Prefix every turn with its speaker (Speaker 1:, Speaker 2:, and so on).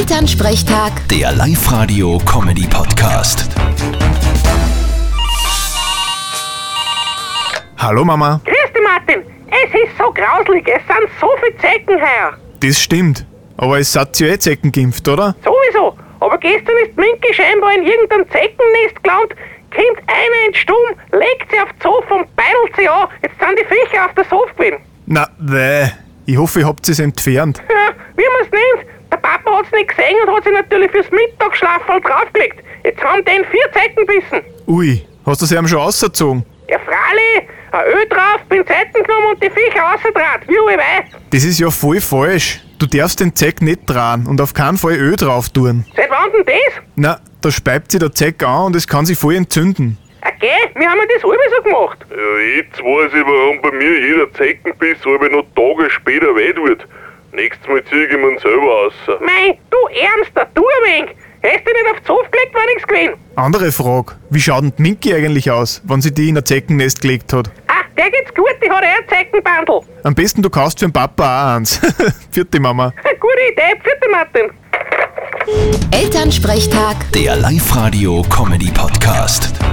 Speaker 1: Elternsprechtag,
Speaker 2: Der Live-Radio-Comedy-Podcast.
Speaker 3: Hallo Mama,
Speaker 4: Grüß dich, Martin. Es ist so grauslig. Es sind so viele Zecken heuer.
Speaker 3: das stimmt. Aber es hat ja eh Zecken geimpft, oder?
Speaker 4: Sowieso. Aber gestern ist Minke scheinbar in irgendeinem Zeckennest gelandet, kommt einer in den Sturm, legt sie auf den Sofa und beidelt sie an. Jetzt sind die Viecher auf der Sofa gewesen.
Speaker 3: Na, weh. Ich hoffe, ihr habt es entfernt.
Speaker 4: Ja, wie man es nennt. Der Papa hat's nicht gesehen und hat sich natürlich fürs Mittagsschlafball draufgelegt. Jetzt haben den vier Zecken bissen.
Speaker 3: Ui, hast du sie ihm schon ausgezogen?
Speaker 4: Ja, Frali, ein Öl drauf, Pinzetten genommen und die Viecher rausgetraut. Juhu, wei.
Speaker 3: Das ist ja voll falsch. Du darfst den Zeck nicht dran und auf keinen Fall Öl drauf tun.
Speaker 4: Seit wann denn das?
Speaker 3: Na, da speibt sich der Zeck an und es kann sich voll entzünden.
Speaker 4: Okay, wir haben ja das alle so gemacht.
Speaker 5: Ja, Äh, jetzt weiß ich, warum bei mir jeder Zeckenbiss halbe noch Tage später weh tut. Nächstes Mal zieh ich mir selber raus.
Speaker 4: Mei, du ärmster Durmeng! Hast du nicht auf den Hof gelegt, war nix gewesen.
Speaker 3: Andere Frage, wie schaut denn die Minki eigentlich aus, wenn sie die in ein Zeckennest gelegt hat?
Speaker 4: Ach, Ah, der geht's gut, die hat eh ein Zeckenbandel.
Speaker 3: Am besten du kaufst für den Papa auch eins. Vierte Mama.
Speaker 4: Gute Idee, pfiat dich, Martin.
Speaker 1: Elternsprechtag.
Speaker 2: Der Live-Radio-Comedy-Podcast.